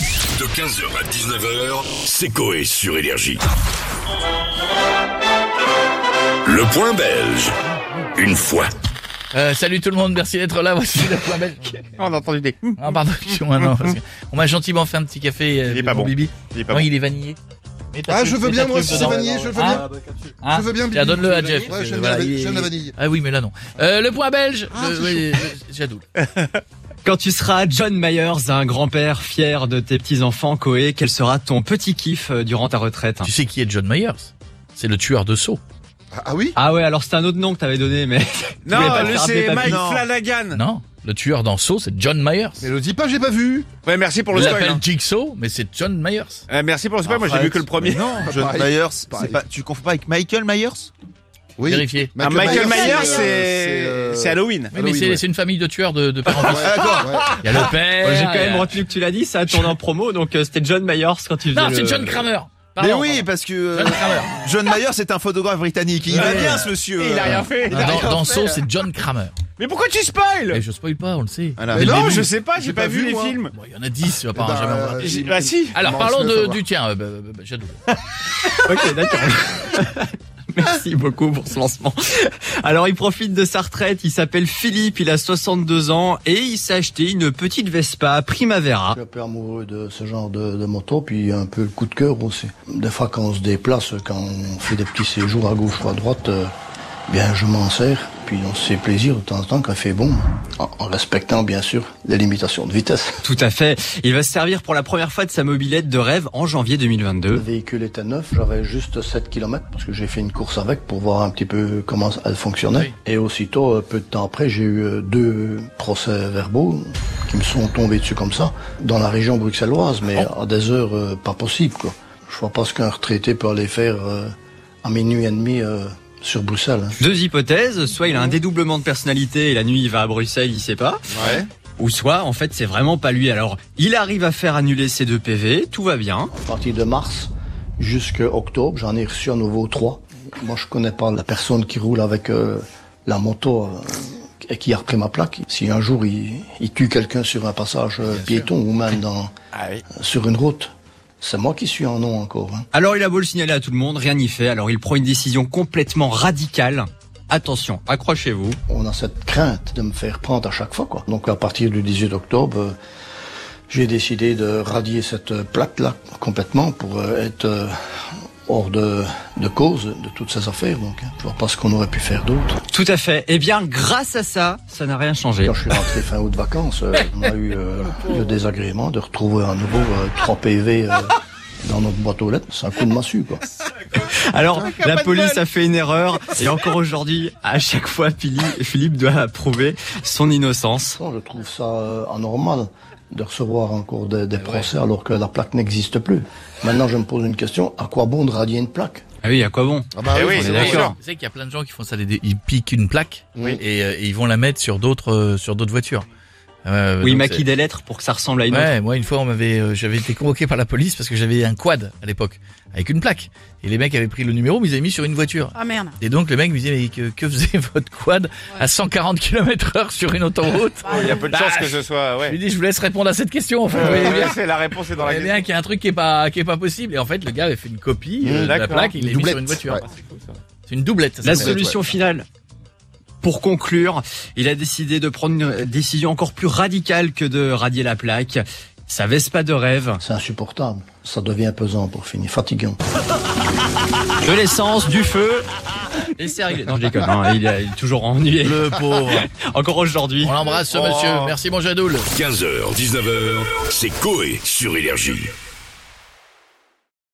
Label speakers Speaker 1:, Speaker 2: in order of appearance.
Speaker 1: De 15h à 19h, c'est Coé sur Énergie. Le point belge. Une fois.
Speaker 2: Euh, salut tout le monde, merci d'être là. Voici le point belge.
Speaker 3: On a entendu des.
Speaker 2: Ah pardon, excuse-moi, non, parce que on m'a gentiment fait un petit café. euh,
Speaker 3: Il est pas
Speaker 2: mon
Speaker 3: bon.
Speaker 2: Bibi.
Speaker 3: Il est pas
Speaker 2: Non, il est vanillé. Mais t'as
Speaker 4: Ah,
Speaker 2: truc-
Speaker 4: je veux
Speaker 2: mais
Speaker 4: bien,
Speaker 2: t'as
Speaker 4: moi,
Speaker 2: truc
Speaker 4: si c'est
Speaker 2: dedans.
Speaker 4: vanillé, je veux
Speaker 2: Ah,
Speaker 4: bien.
Speaker 2: Ah,
Speaker 4: Je veux bien,
Speaker 2: tiens,
Speaker 4: Bibi.
Speaker 2: donne-le à Jeff.
Speaker 4: Ouais,
Speaker 2: parce que
Speaker 4: j'aime
Speaker 2: voilà,
Speaker 4: la,
Speaker 2: il-
Speaker 4: j'aime la vanille.
Speaker 2: Ah oui, mais là non. Euh, le point belge.
Speaker 3: Ah,
Speaker 2: Le-
Speaker 3: c'est
Speaker 2: oui, le- J'adoule.
Speaker 5: Quand tu seras John Myers, un grand-père fier de tes petits-enfants, Koé, quel sera ton petit kiff euh, durant ta retraite
Speaker 2: Tu sais qui est John Myers C'est le tueur de sceaux.
Speaker 3: Ah, ah oui
Speaker 5: Ah ouais, alors c'est un autre nom que t'avais donné, mais...
Speaker 6: Non,
Speaker 5: voulais pas le
Speaker 6: le-
Speaker 5: faire
Speaker 6: c'est
Speaker 5: appeler
Speaker 6: Mike
Speaker 5: papy.
Speaker 6: Flanagan.
Speaker 2: Non, le tueur dans Saw, c'est John Myers.
Speaker 3: Mais le dis pas, j'ai pas vu.
Speaker 6: Ouais, merci pour
Speaker 2: On
Speaker 6: le spoil.
Speaker 2: l'appelle
Speaker 6: hein.
Speaker 2: Jigsaw, mais c'est John Myers.
Speaker 6: Euh, merci pour le spoil. Moi, j'ai vu que le premier. Non.
Speaker 7: John
Speaker 3: Pareil.
Speaker 7: Myers, c'est
Speaker 3: Pareil.
Speaker 7: pas- tu confonds pas avec Michael Myers Ah,
Speaker 3: Oui.
Speaker 2: Vérifié.
Speaker 6: Ah, Michael, Myers,
Speaker 3: euh,
Speaker 6: c'est c'est Halloween.
Speaker 2: Oui, mais
Speaker 3: Halloween,
Speaker 2: c'est
Speaker 3: ouais. Ah,
Speaker 2: c'est une famille de tueurs de, de parents.
Speaker 3: Ouais, d'accord.
Speaker 2: Il y a le père.
Speaker 5: J'ai quand
Speaker 2: il y a-
Speaker 5: même retenu que tu l'as dit, ça a tourné en promo, donc euh, c'était John Myers quand tu faisais
Speaker 2: Non,
Speaker 5: le-
Speaker 2: c'est John Kramer.
Speaker 7: Mais
Speaker 2: Pardon,
Speaker 7: oui,
Speaker 2: pardon.
Speaker 7: parce que euh,
Speaker 3: bah,
Speaker 2: John Kramer.
Speaker 7: John Myers c'est un photographe britannique. Il va
Speaker 2: Ouais.
Speaker 7: bien ce monsieur.
Speaker 6: Et Euh, il a rien fait.
Speaker 2: Ah, Dans, dans Saw, c'est John Kramer.
Speaker 6: Mais pourquoi tu spoil
Speaker 2: Et je spoil pas, on le sait.
Speaker 7: Voilà.
Speaker 2: Dès le
Speaker 6: Non,
Speaker 2: début.
Speaker 6: je sais pas. J'ai
Speaker 3: J'ai
Speaker 6: pas,
Speaker 3: pas
Speaker 6: vu,
Speaker 3: vu,
Speaker 6: les
Speaker 3: moi.
Speaker 6: films.
Speaker 2: Bon, Il y en a 10, tu vas pas
Speaker 3: Bah,
Speaker 2: jamais en voir.
Speaker 3: euh,
Speaker 6: J'ai- Bah si.
Speaker 2: Alors,
Speaker 3: Comment
Speaker 2: parlons
Speaker 3: on se fait
Speaker 2: de,
Speaker 3: savoir
Speaker 2: du tien, euh, bah, bah, bah, Jadot.
Speaker 5: Ok, d'accord. Merci beaucoup pour ce lancement. Alors, il profite de sa retraite, il s'appelle Philippe, il a 62 ans, et il s'est acheté une petite Vespa Primavera.
Speaker 8: Je suis un peu amoureux de ce genre de, de moto, puis un peu le coup de cœur aussi. Des fois, quand on se déplace, quand on fait des petits séjours à gauche ou à droite, euh, bien, je m'en sers, puis on se fait plaisir de temps en temps quand il fait bon, en- en respectant bien sûr les limitations de vitesse.
Speaker 5: Tout à fait. Il va se servir pour la première fois de sa mobilette de rêve en janvier
Speaker 8: Le
Speaker 5: 2022.
Speaker 8: véhicule était neuf, j'avais juste 7 km parce que j'ai fait une course avec pour voir un petit peu comment elle fonctionnait.
Speaker 2: Oui.
Speaker 8: Et aussitôt, euh, peu de temps après, j'ai eu euh, deux procès verbaux qui me sont tombés dessus comme ça, dans la région bruxelloise, mais à des heures euh, pas possibles. Quoi. Je vois pas ce qu'un retraité peut aller faire euh, à minuit et demi euh, sur Bruxelles. hein.
Speaker 5: Deux hypothèses, soit il a un dédoublement de personnalité et la nuit il va à Bruxelles, il sait pas,
Speaker 3: Ouais.
Speaker 5: ou soit en fait c'est vraiment pas lui. Alors il arrive à faire annuler ses deux PV, tout va bien.
Speaker 8: À partir de mars jusqu'à octobre, j'en ai reçu à nouveau trois. Moi, je connais pas la personne qui roule avec euh, la moto euh, et qui a repris ma plaque. Si un jour il, il tue quelqu'un sur un passage euh, piéton ou même dans,
Speaker 6: Ah
Speaker 8: sur une route, c'est moi qui suis en nom encore. hein.
Speaker 5: Alors il a beau le signaler à tout le monde, rien n'y fait, alors il prend une décision complètement radicale. Attention, accrochez-vous.
Speaker 8: On a cette crainte de me faire prendre à chaque fois. Quoi. Donc, à partir du 18 octobre, euh, j'ai décidé de radier cette euh, plaque-là complètement pour euh, être euh, hors de, de cause de toutes ces affaires. Donc, hein. je vois pas ce qu'on aurait pu faire d'autre.
Speaker 5: Tout à fait. Eh bien grâce à ça, ça n'a rien changé.
Speaker 8: Quand je suis rentré fin août de vacances, euh, on a eu euh, le désagrément de retrouver à nouveau euh, 3 PV euh, dans notre boîte aux lettres. C'est un coup de massue, quoi.
Speaker 5: Alors la police a fait une erreur et encore aujourd'hui, à chaque fois Philippe Philippe doit prouver son innocence.
Speaker 8: Non, Je trouve ça euh, anormal de recevoir encore des, des procès alors que la plaque n'existe plus. Maintenant, je me pose une question. À quoi bon de radier une plaque
Speaker 5: Ah oui, à quoi bon
Speaker 3: Ah bah
Speaker 6: Eh
Speaker 3: oui,
Speaker 6: oui,
Speaker 3: c'est
Speaker 6: d'accord.
Speaker 3: sûr.
Speaker 2: Tu sais qu'il y a plein de gens qui font ça, des- ils piquent une plaque
Speaker 3: Oui.
Speaker 2: et, euh, et ils vont la mettre sur d'autres euh, sur d'autres voitures. Euh,
Speaker 5: Oui, il
Speaker 2: donc
Speaker 5: maquille des lettres pour que ça ressemble à
Speaker 2: c'est-
Speaker 5: une autre.
Speaker 2: Ouais, moi une fois on m'avait, euh, j'avais été convoqué par la police parce que j'avais un quad à l'époque avec une plaque et les mecs avaient pris le numéro mais ils avaient mis sur une voiture.
Speaker 9: Ah merde.
Speaker 2: Et donc le mec me disait mais que, que faisait votre quad à 140 km/h sur une autoroute
Speaker 6: Il y a peu de
Speaker 2: Bah,
Speaker 6: chances que ce soit.
Speaker 2: Je lui
Speaker 6: Ouais.
Speaker 2: dis je vous laisse répondre à cette question. Enfin, vous voyez bien.
Speaker 6: Ouais, c'est la réponse est dans
Speaker 2: On
Speaker 6: la
Speaker 2: voit
Speaker 6: question.
Speaker 2: bien qu'il y a un truc qui est pas qui est pas possible et en fait le gars avait fait une copie euh, de la
Speaker 6: Mm, D'accord.
Speaker 2: plaque et il l'a mis sur
Speaker 3: Doublette,
Speaker 2: une voiture.
Speaker 3: ouais.
Speaker 2: C'est une doublette. Ça
Speaker 5: La
Speaker 2: s'appelle.
Speaker 5: solution finale. Pour conclure, il a décidé de prendre une décision encore plus radicale que de radier la plaque. Sa Vespa de rêve,
Speaker 8: C'est insupportable. Ça devient pesant pour finir, fatigant.
Speaker 5: de l'essence, du feu. Et c'est réglé. Non, je déconne. hein, il, est, il est toujours ennuyé.
Speaker 2: Le pauvre.
Speaker 5: Encore aujourd'hui.
Speaker 2: On
Speaker 6: Oh.
Speaker 2: l'embrasse, ce monsieur. Merci, mon Jadoul.
Speaker 1: 15h, 19h, c'est Coé sur Énergie.